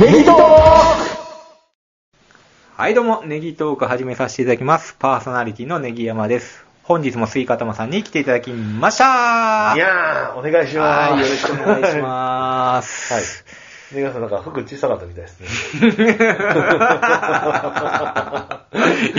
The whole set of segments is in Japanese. ネギトーはい、どうも、ネギトーク始めさせていただきます。パーソナリティのネギ山です。本日もスイカ玉さんに来ていただきましたいやー、お願いします。はい、よろしくお願いしす。ます。はい。ネガさんなんか服小さかったみたいですね。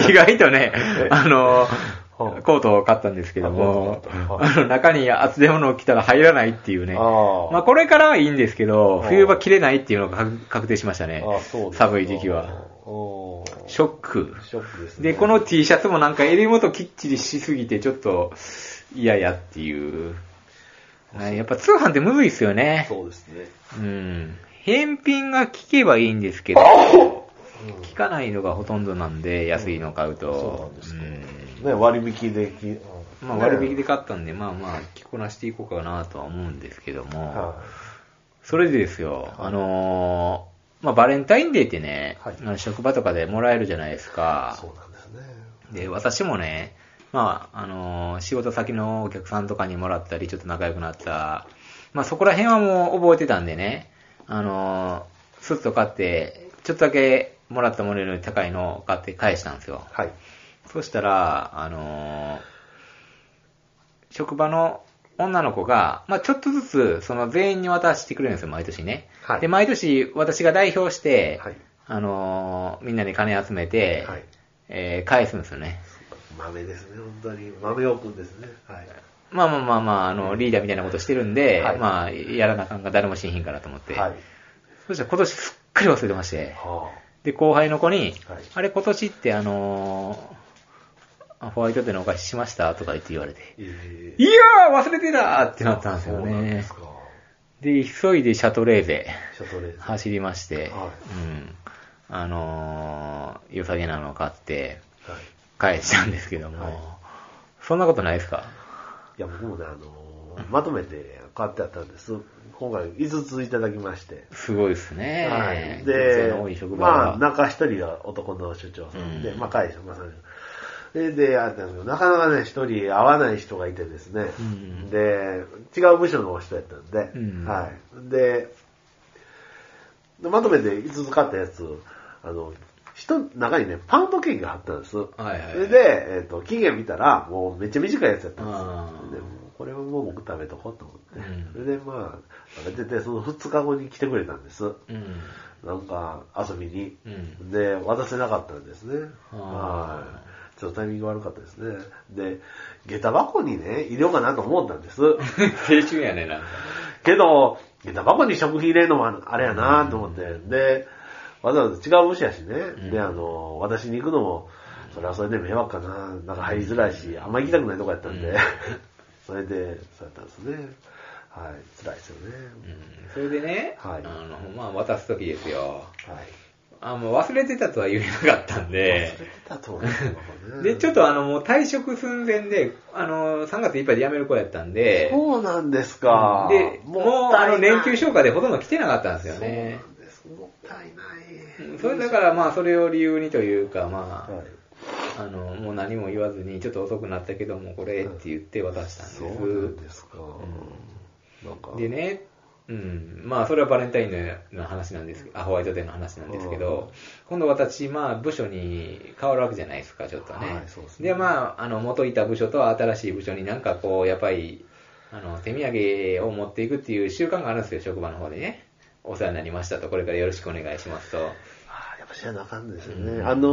意外とね、あの、はいコートを買ったんですけどもあコート、買っあたの中に厚手物を着たら入らないっていうね。あーまあこれからはいいんですけど、はい冬場着れないっていうのが確確定しましたねあ、そうで。す寒い時期は。。おーショック。ショックですね。で、この T シャツもなんか襟元きっちりしすぎてちょっと嫌やっていう。はい、やっぱ通販ってむずいっすよね。そうですね。うん。返品が効けばいいんですけど、うん効かないのがほとんそうなんで、安いの買うそとうなん。ですか。ね、割引でき、うんまあ割引で。買ったんで、まあまあ着こなしていこうかなとは思うんですけどねも、はそれでですよ、あのーまあバレンタインデーってね、はいあの職場とかでもらえるじゃないですか。い。そうなんですね。で、私もね、まあ、あのー仕事先のお客さんとかにもらったり、ちょっと仲良くなった、まあそこら辺はもう覚えてたんでね、あのースッと買って、ちょっとだけもらったものより高いのを買って返したんですよ。はい。そしたら、あのー職場の女の子が、まあちょっとずつ、その全員に渡してくれるんですよ、毎年ね。はいで、毎年私が代表して、はいあのーみんなで金集めて、はいえー返すんですよね。豆ですね、本当に。豆よくんですね。はい。まあまあまあまあ、あの、リーダーみたいなことしてるんで、はいまあ、やらなあかんが誰もしんひんからと思って。はい。そしたら今年すっかり忘れてまして。はで、後輩の子に、はいあれ今年ってあのーあホワイトデーのお返ししましたとか言って言われて。あ。いえいいえやー忘れてたってなったんですよそうなんでねす。か。で急いでシャトレーゼシャトレーゼ。走りまして、はうん。あのー良さげなのを買って、はい。返したんですけども、はいそんなことないですかいや、僕もね、あのーまとめて買ってあったんです。今回5ついただきまして。すごいですね。はい。女性での多い、職場まはあ、中一人が男の所長さんで、うんまあ、会社、まさに。で、で、あれなんですけどなかなかね、一人会わない人がいてですね、うんで、違う部署の人やったんで、うんはい。で、でまとめて5つ買ったやつ、あの、人、中にね、パウンドケーキが貼ったんです。はいはいそれで、えっ、と、期限見たら、もうめっちゃ短いやつやったんですあーでもうこれはもう僕食べとこうと思って、うんそれでまあ、食べてて、その2日後に来てくれたんです。うん。なんか、遊びに。うんで、渡せなかったんですね。あーはい。ちょっとタイミング悪かったですね。で、下駄箱にね、入れようかなと思った んです。青春やね、 なんか。けど、下駄箱に食費入れるのもあれやなと思って、で、わざわざ違う部署やしね、んで、あの、私に行くのも、それはそれで迷惑かな、なんか入りづらいし、あんま行きたくないとこやったんで、うん それで、そうやったんですね。はい、辛いですよね。うんそれでね、はいあの、まあ、渡すときですよ。はい。あ、もう忘れてたとは言えなかったんで忘、れてたと思 うんですけどねで、ちょっとあの、もう退職寸前で、あの、3月いっぱいで辞める子やったんで、そうなんですか。で、もう、あの、年休よ消化でほとんど来てなかったんですよそうねな。んです。もったいない。うんそれだから、まあ、それを理由にというか、まあ、はい。あの、もう何も言わずに、ちょっと遅くなったけども、これって言って渡したんです。そうなんですか。なんか。でね、うん、まあそれはバレンタインの話なんですあ、ホワイトデーの話なんですけど、今度私、まあ部署に変わるわけじゃないですか、ちょっとね。はいそうですねで、まあ、あの、元いた部署と新しい部署になんかこう、やっぱり、あの、手土産を持っていくっていう習慣があるんですよ、職場の方でね。お世話になりましたと、これからよろしくお願いしますと。ああ、やっぱ知らなあかんですよね。うんあの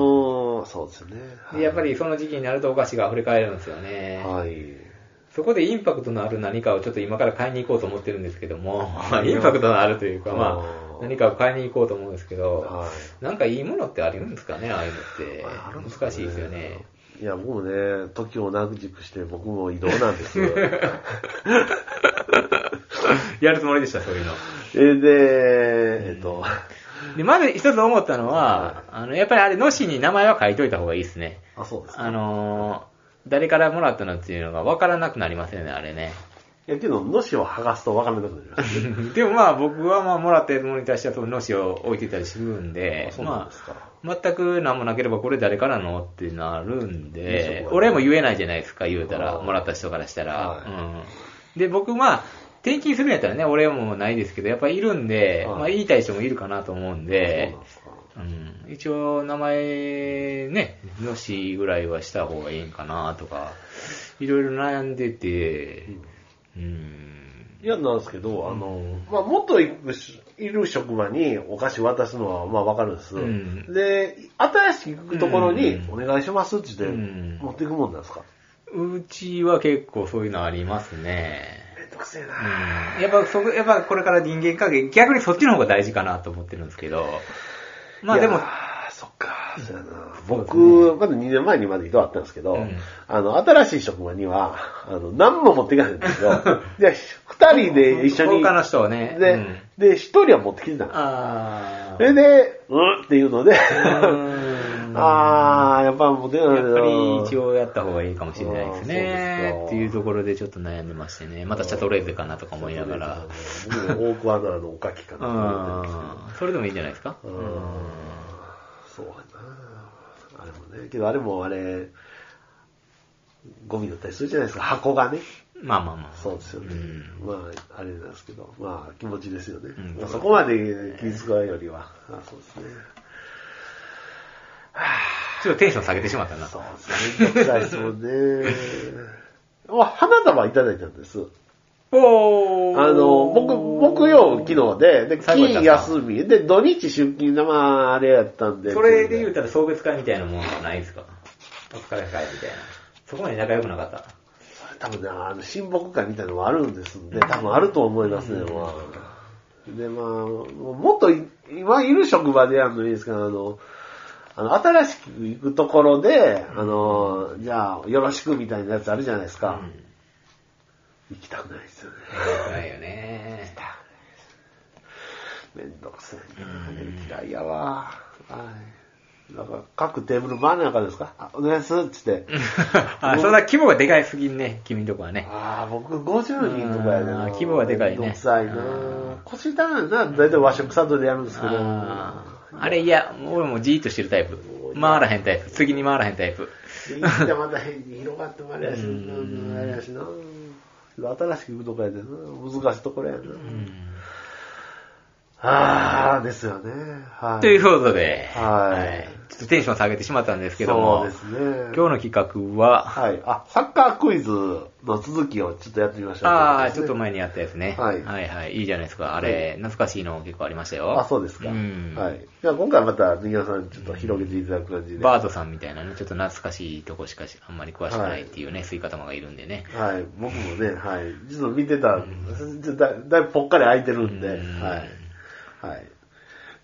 ー、そうですよね。はいで、やっぱり、その時期になるとお菓子が溢れ返るんですよね。はい。そこでインパクトのある何かをちょっと今から買いに行こうと思ってるんですけども、 まあインパクトのあるというか、まああー何かを買いに行こうと思うんですけど、はなんかいいものってありるんですかね、ああいうのい。あるんって。ですか難しいですよね。。いや、僕もね、時を同じくして、僕も移動なんで す。やるつもりでした、そういうの。えーで、えっと、で、まず一つ思ったのは、あの、やっぱりあれ、のしに名前は書いといた方がいいですね。あ、そうですか。あのー、誰からもらったのっていうのが分からなくなりますよね、あれね。 いや、けど、のしを剥がすと分からなくなり ます。でもまあ僕はまあもらったものに対してはそののしを置いてたりするんであ、そうなんまですかあ全く何もなければこれ誰からのってなるんいいでそ、こは俺も言えないじゃないですか、言うたら、あーもらった人からしたら。はいうんで、僕まあ、転勤するんやったらね、俺もないですけど、やっぱりいるんで、はいまあ言いたい人もいるかなと思うんそうでなん、ですか。うん、一応名前ね、のしぐらいはした方がいいんかなとか、いろいろ悩んでて、うん、いや、なんですけど、あの、まあ、元行くし、いる職場にお菓子渡すのは、まあ、わかるんです。うんで、新しく行くところにう、んお願いしますって言って、うん持っていくもんなんですか。うちは結構そういうのありますね。めんどくせえな、うんやっぱそこ、やっぱこれから人間関係、逆にそっちの方が大事かなと思ってるんですけど、まあでいもや、ーそっか、そうやな。僕、そうまだ2年前にまで移動あったんですけど、うんあの、新しい職場には、あの、何も持っていかないんで すよ。で、2人で一緒に、他の人をね、で、うんで、1人は持ってきてたの。あそーれで、うんっていうので、うん あー、やっぱ持ってかないやなっぱり一応やった方がいいかもしれないですあーそうですねか。っていうところでちょっと悩んでましてね。またシャトレーゼかなとか思いながら。僕も大桑のあの、おかきかなと思ってるんですけどうん。それでもいいんじゃないですかうんそうやなあれもね、けどあれもあれ、ゴミだったりするじゃないですか、箱がね。まあまあまあ。そうですよね。うんまあ、あれなんですけど、まあ、気持ちですよね。うんまあそこまで気遣うよりは、あそうですね。ちょっとテンション下げてしまったな。そうですね。めんどくさいですも んね。まあ花束いただいたんです。おあの、僕、木曜、昨日で、で、最後やった金休み、で、土日出勤生、まあ、あれやったんで。それで言うたら送別会みたいなもんはないですかお疲れ会みたいな。そこまで仲良くなかった。多分ね、あの、親睦会みたいなのもあるんですんで、多分あると思いますね、まあ。で、まあ、もっとい、今いる職場でやるのいいですから、あの、あの、新しく行くところで、あの、じゃあ、よろしくみたいなやつあるじゃないですか。うん行きたくないです よね。仲良くないよね。めんどくさいな、嫌いやわ。はい。なんか、各テーブル真ん中ですかあお願いしますっつって。 あ、そんな規模がでかいすぎんね、君んとこはね。ああ、僕50人とかやあな。ー規模がでかいねめんどくさいうんな。腰痛いな。だいたい和食サンドでやるんですけど。あーあれ、いや、俺もじーっとしてるタイプ。回らへんタイプ。次に回らへんタイプ。で、行ってまた変に広がってもあれやし、うんあれやしな。新しく行くとこやでな。難しいところやな。うんああ、ですよね。はい。ということで、はいちょっとテンション下げてしまったんですけどそうもで、すね。今日の企画は、はい。あ、サッカークイズの続きをちょっとやってみましょう。ああ、ちょっと前にやったやつね。はいはいはい。いいじゃないですか。あれ、懐かしいの結構ありましたよ。あ、そうですか。んはい。じゃあ今回また、杉山さんちょっと広げていただく感じで。バードさんみたいなね、ちょっと懐かしいとこしかしあんまり詳しくないっていうね、スイカ玉がいるんでね。はい、僕もね、はい、実は見てた、だだいぶぽっかり空いてるんで、うんはい。はい。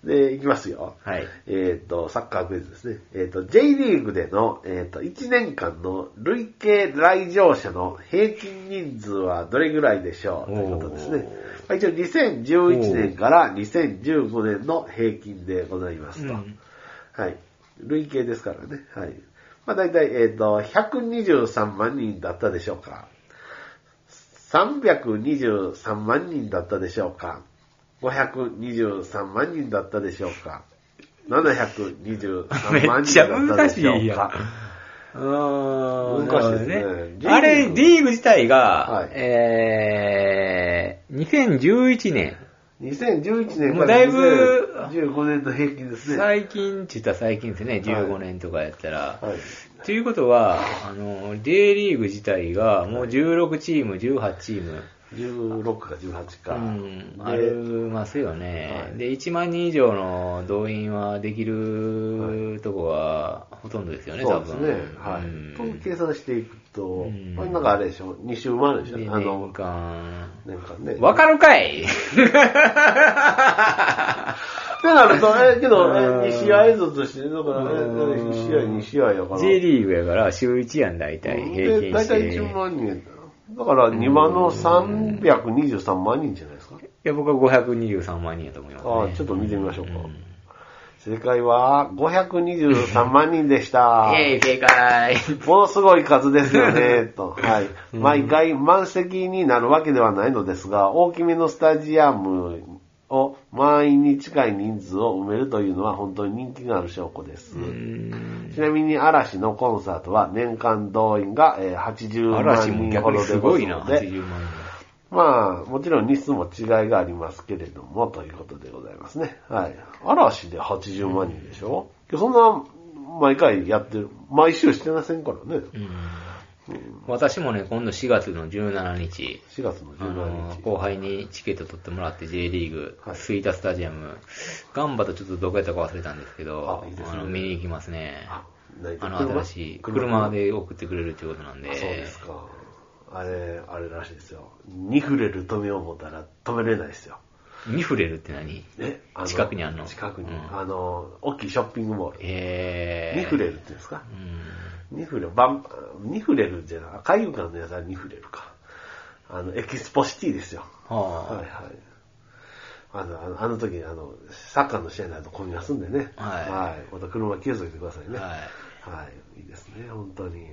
で、いきますよ。はい。えっ、と、サッカークイズですね。えっ、と、J リーグでの、えっ、と、1年間の累計来場者の平均人数はどれぐらいでしょうということですね。まあ一応、2011年から2015年の平均でございますと。うんはい。累計ですからね。はい。まあ大体、えっ、と、123万人だったでしょうか。323万人だったでしょうか。523万人だったでしょうか。723め万っち人ゃだった難でししょいうやん。か。うーん難しいですねなるほどリーグあれ、リーグ自体がは、いえー、2011年、 2011年もかうだらいぶ2015年の平均ですね。はい。最近って言ったら最近ですね、15年とかやったら。ということは、あの、J リーグ自体がもう16チーム、18チーム。 16か18か。うん、でありますよね、はいで、1万人以上の動員はできるとこはほとんどですよね、そう多です分。ね。はうんい。と計算していくとん、これなんかあれでしょ、2週もあるでしょ、であ年の、間。年間ね。わかるかいってなると、え、けど、えうん2試合ずつして、だから、えうん1試合、2試合やから。 ?J リーグやから週1やん、大体。平で均大し体て。 10万人やったよだから2万の323万人じゃないですか。いや、僕は523万人やと思います、ね。ああ、ちょっと見てみましょうか。正解は523万人でした。イェイ、正解。ものすごい数ですよね、 と。はい。毎回満席になるわけではないのですが、大きめのスタジアムを満員に近い人数を埋めるというのは本当に人気がある証拠です。うんちなみに嵐のコンサートは年間動員がえー80万嵐も人逆ほにどですごございいまな、すので、 80万まあ、もちろん日数も違いがありますけれども、ということでございますね。はい。嵐で80万人でしょ、そんな、毎回やってる、毎週してませんからね。うん私もね、今度4月の17日、 4月のあの17日。後輩にチケット取ってもらって J リーグ、はいスイータスタジアム、ガンバとちょっとどこやったか忘れたんですけど、あいいですねの見に行きますね。あ、あ何の新しい車。で送ってくれるってことなんで。あそうですか。あれ、あれらしいですよ。に触れる止めよう思ったら止めれないですよ。ミフレルって何ね。あの近くにあんの近くに。うんあの、大きいショッピングモール。えー。ニフレルって言うんですかうん。ニフレル、バン、ニフレルじゃない、海遊館のやつはニフレルか。あの、エキスポシティですよ。はいは。はいあの、あのあの時、あの、サッカーの試合になると混みますんでね。はいまた車気をつけてくださいい。ね。は。はいい。いいですね、本当に。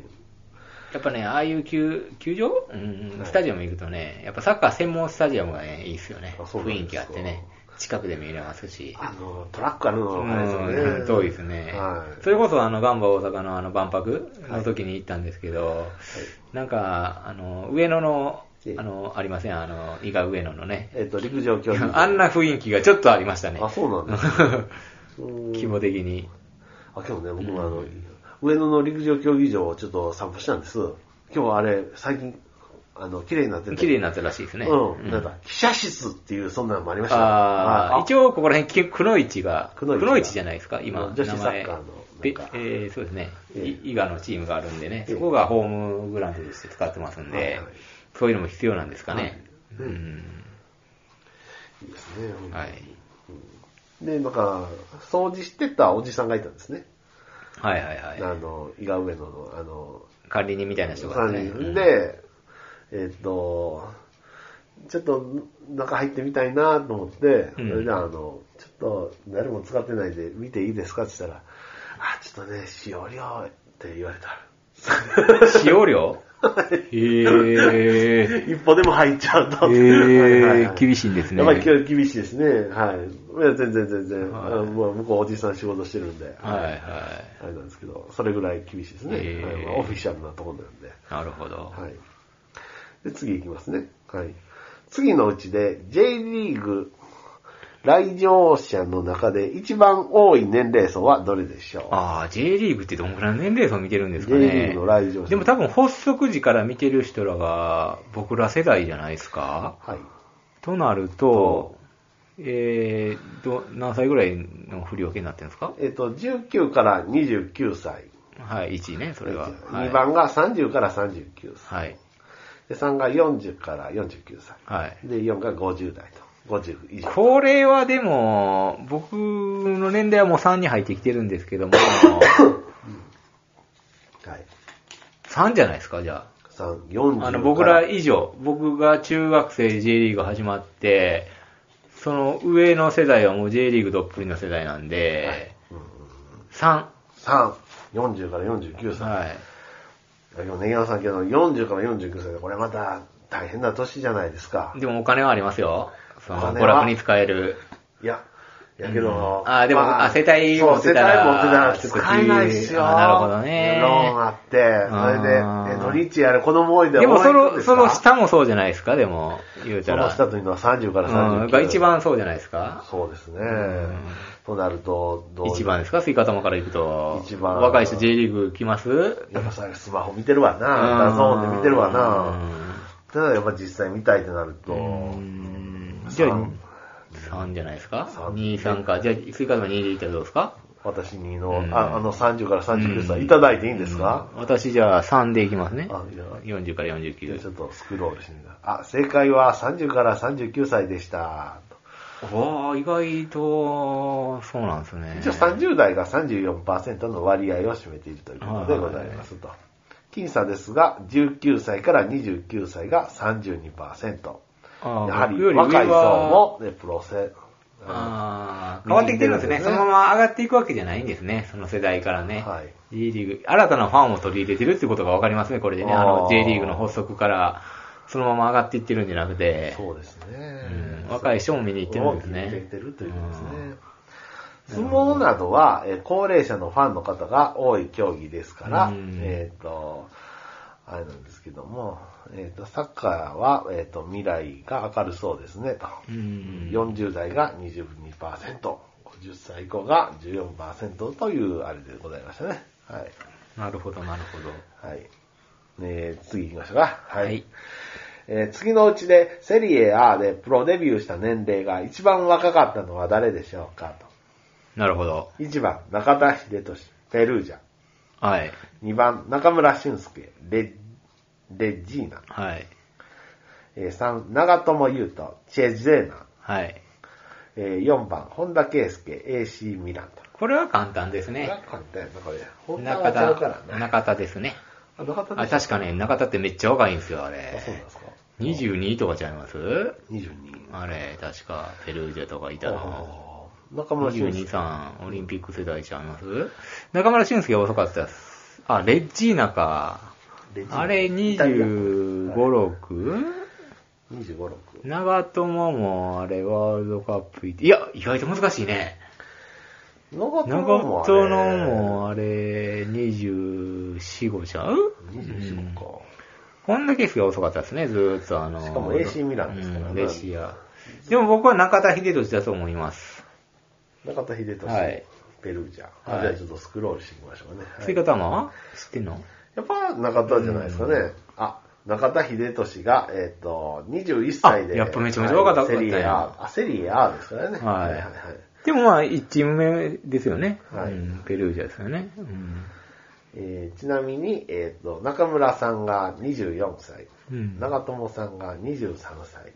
やっぱね、ああいう球球場、うん、スタジアム行くとね、やっぱサッカー専門スタジアムがね、いいですよね。あそうなんです雰囲気あってね、近くで見れますし。あの、トラックあるのうが早いですよね。ん、遠いですね。はい。それこそ、あの、ガンバ大阪のあの、万博の時に行ったんですけど、なんか、あの、上野のええ、あの、ありません、あの、伊賀上野のね、えっ、と、陸上競技 場。あんな雰囲気がちょっとありましたねあ、。そうなんです、ね。うん 規模的に。あ、今日ね、僕もあの、上野の陸上競技場をちょっと散歩したんです。今日はあれ、最近、あの、綺麗になってて。綺麗になったらしいですね。うん。なんか、記者室っていう、そんなのもありましたね。ああ、一応、応ここら辺、くくのいちが、くくのいちがのいちじゃないですか、今、女子サッカー名の前なんでかえーそうですね、ええい伊賀のチームがあるんでね、ええそこがホームグラウンドとして使ってますんで、はいはいそういうのも必要なんですかね。はいうんいいですね。うんはいで、なんか、掃除してたおじさんがいたんですね。はいはいはあの、伊賀上野の、あの、い。管理人みたいな人がね。 3人で、えっと、ちょっと中入ってみたいなと思って、うんそれであの、ちょっと誰も使ってないで見ていいですかって言ったら、あ、ちょっとね、使用料って言われた。 うん使用料へえ。一歩でも入っちゃうと。へーはいはいはい厳しいんですねやっぱり今日厳しいですね。はい。いや全然全然。はいあのもう向こうおじさん仕事してるんで。はいはい。あれなんですけど、それぐらい厳しいですね。へーはいまあオフィシャルなところなんで。なるほど。はい。で、次いきますね。はい。次のうちで、J リーグ、来場者の中で一番多い年齢層はどれでしょああ、J リーグってどんくらいの年齢層見てるんうですか ?J ね。リーグの来場者。でも多分発足時から見てる人らが僕ら世代じゃないですかはい。となると、えー、ど、何歳ぐらいの振り分けになってるんですかえっ、と、19から29歳。はい、1位ね、それは。はい2。番が30から39歳。はい。で、3が40から49歳。はい。で、4が50代と。50以上。これはでも、僕の年代はもう3に入ってきてるんです けども、はい。 3じゃないですか、じゃ3、40あ。ら。あの、僕ら以上、僕が中学生 J リーグ始まって、その上の世代はもう J リーグどっぷりの世代なんで、うんうん3。 3、40から49歳。はい。だけどね、岩野さんけど、40から49歳で、これまた大変な年じゃないですか。でもお金はありますよ。そおの金娯は楽に使える。いや、いやけど、うんあーでもあ世帯そう持ってたら世帯持ってたら使えないっすよ。あーなるほどねローンあって、あーそれで、え土日やる子供多いで、でもそ応援行くんの、ですそのか下もそうじゃないですか、でも、言うたそら。の下というのは30からう39。ん、が一。番そうじゃないですか。そうですねん。となると、どう一番ですか、スイカ玉から行くと。一番若い人 J リーグ来ますやっぱさ、スマホ見てるわな、ダゾーンで見てるわな。ただやっぱ実際見たいってなると、うんじゃ三あ、3じゃないですか三 ?2、3か。じゃあ、スイカ玉2で行ったらどうですか私にの、ああの30から39歳いただいていいんですか、私じゃあ3で行きますね。あいや40から49ちょ。っとスクロールしてみた。あ、正解は30から39歳でした。わあ、意外と、そうなんですね。一応30代が34%の割合を占めているということでございますと。僅差ですが、19歳から29歳が32%。あやーはり僕より上は若い層も、ね、プロセ、ああ、変わってきてるんですね。右そに出のまるんですねま上がっていくわけじゃないんですね。その世代からね。はい J リーグ、新たなファンを取り入れてるってことがわかりますね、これでね。ああの、ー J リーグの発足から、そのまま上がっていってるんじゃなくて、そうですねうん。若い人も見に行ってるんですね見に行ってるということですね。相撲などは、えー高齢者のファンの方が多い競技ですからうん、えっ、と、あれなんですけども、えっ、と、サッカーは、えっ、と、未来が明るそうですね、と。うん40代が22%、50歳以降が14%というあれでございましたね。はい。なるほど、なるほど。はい。えー、次行きましょうか。はい。はいえー次のうちで、セリエ A でプロデビューした年齢が一番若かったのは誰でしょうかなるほど。と。1番、中田秀俊、ペルージャ。はい。 2番、中村俊介、レ、レジーナ。はい。えー3、長友佑都、チェジェーナ。はい。えー4番、本田圭佑、AC ミランと。これは簡単ですこれねは。簡単やな、これ。本田中はちゃうから田、な。中田ですね。あ中田であ、しょ確かね、中田ってめっちゃ若いんですよ、あれあ、。そうなんですか。 22とかちゃいます22。あれ、確か、ペルージャとかいたの。あー中村俊22、介。 3、オリンピック世代ちゃいます中村俊介が遅かったです。あ、レッジーナか。レジーナあれ、イタリア25、6? 25、6。長友も、あれ、ワールドカップ行って、いや、意外と難しいね。長友長もあれ友も、あれ、24、5ちゃう25か。こんだけですが遅かったですね、ずーっとあの。しかも AC ミランですからねうん、レシア。でも僕は中田秀俊だと思います。中田秀俊、はいペルージャ。はいあじゃあちょっとスクロールしてみましょうかね。はい追加弾は知ってんのやっぱ中田じゃないですかね。あ、中田秀俊が、えっ、と、21歳で。あやっぱめちゃめちゃ若かったはいセリエ A。あ、セリエ A ですからね。はいはいはい。でもまあ、1チーム目ですよね。はいうん、ペルージャですよね。うん。えーちなみに、えっ、と、中村さんが24歳、うん長友さんが23歳、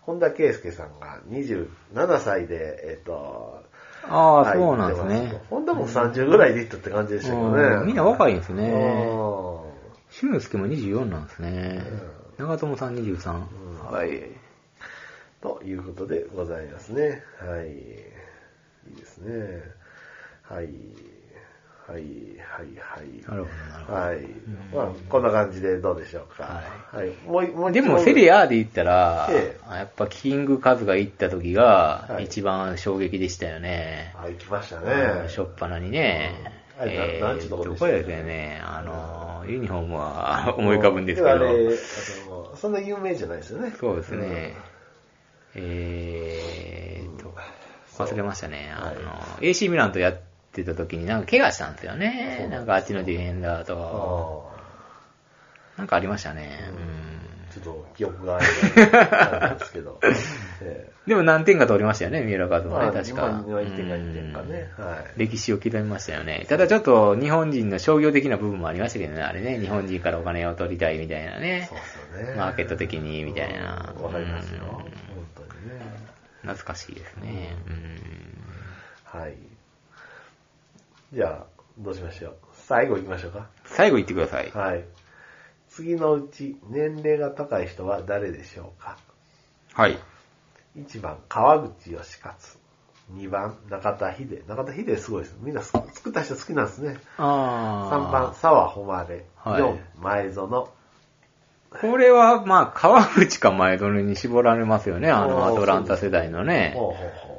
本田圭佑さんが27歳で、えっ、と、ああ、はいそうなんです出てまねす。本田も30ぐらいでいったって感じでしたけどうね。んみんな若いんですうね。ん俊介も24なんですね。長友さん23。はい。ということでございますね。はい。いいですね。はい。はい、はい、はい。なるほど、なるほど。はい。まあ、こんな感じでどうでしょうか。はい。もうい、もう一でも、問セリアで言ったら、えやっぱキングカズが行った時がは、い一番衝撃でしたよね。あ、行きましたうんね。しょっぱなにね。うんあれなえなんちゅうとーこどでしたこやったよね。あの、ユニフォームは思い浮かぶんですけあれ、あど。のそんな有名じゃないですよね。そうですね。えーっと、忘れましたね。あの、AC ミランとやってた時になんか怪我したんですよね。なんかあっちのディフェンダーああ。とか、なんかありましたね。うんちょっと記憶があるんですけ ど。ええでも何点か取りましたよね、三浦和もまね、あ、確確かか。に。は1点か2点かね。うんはい。歴史を刻みましたよね。ただちょっと日本人の商業的な部分もありましたけどね、あれね、日本人からお金を取りたいみたいなねそう、ですよね。マーケット的にみたいなうんわかりますよ。うん本当にね。懐かしいですね。はい。じゃあ、どうしましょう。最後行きましょうか。最後言ってください。はい。次のうち、年齢が高い人は誰でしょうかはい。 1番、川口義勝。2番、中田秀。中田秀すごいです。みんなす作った人好きなんですね。3番、あ沢誉。はい4、前園。あ。これは、まあ、川口か前園に絞られますよね、あの、あーアトランタ世代のね、ほうほうほう。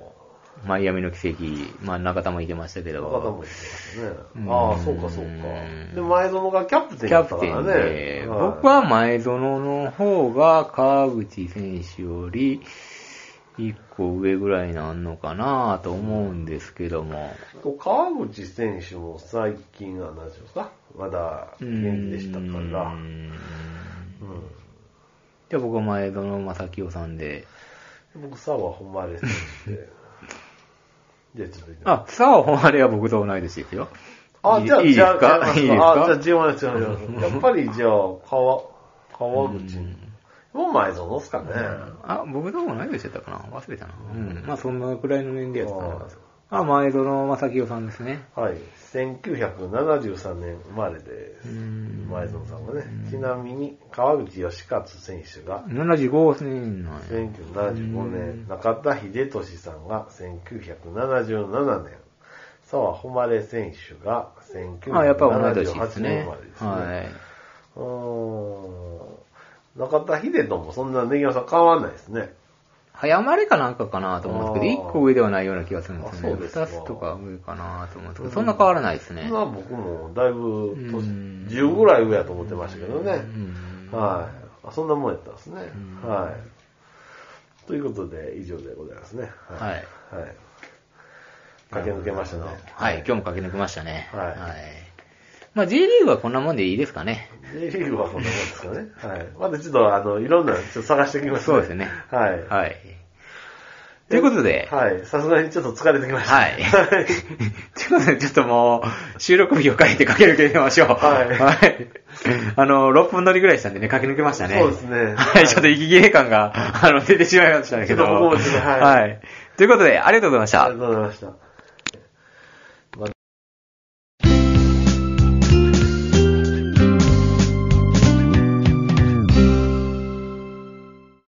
マイアミの奇跡、まあ、中田もいてましたけ中田も言どってま、したねう。んああ、そうかそうか。で、前園がキャプテンキだャったプかテらンね。で、い僕は前園の方が川口選手より一個上ぐらいなんのかなと思うんですけども。川口選手も最近は何でしょうかまだう元気でしたから。ーんうんじゃあ僕は前園正清さんで。僕、沢誉選手 で。じゃあちょっと行ってみますあ、さあ、誉れは僕と同い年ですよ。あ、いじゃあ、いいじですゃあ、じゃかあ、いいじですゃあ、か違う違う違う。やっぱり、じゃあ、川、川口。もう前園っすかね。あ、僕と同い年だったかな忘れたな。うん。まあそんなくらいの年齢やったなあ、前園正清さんですね。はい。1973年生まれですう。ん。前園さんがね。ちなみに、川口義勝選手が、 75年なんや。 1975年、中田秀俊さんが1977年、澤誉選手があ、やっぱ同い年です1978年ね生まれで。すね。はうーん中田秀人もそんなネギさん変わんないですね。い。早生まれかなんかかなと思うんですけど、あー1個上ではないような気がするんですよあそうね。ですか2つとか上かなと思うんですけど、そんな変わらないですね。まあ僕もだいぶ年、うん10ぐらい上やと思ってましたけどうね。んはい。あそんなもんやったんですねん。はい。ということで、以上でございますね。。はいい。はい。駆け抜けましたね。はい、今日も駆け抜けましたね。はいまあ J リーグはこんなもんでいいですかね。 J リーグはこんなもんですかね。はい。まだちょっと、あの、いろんな、ちょっと探してきますそうですねはい。はい。ということで、はい。さすがにちょっと疲れてきました。はい。 ということで、ちょっともう、収録日を変えて駆け抜けましょう。はいいあの、6分乗りぐらいしたんでね、駆け抜けましたね。そうですねはい、ちょっと息切れ感が、あの、出てしまいましたけど。ちょっと僕もですねはいはい。ということで、ありがとうございましたあり。がとうございました。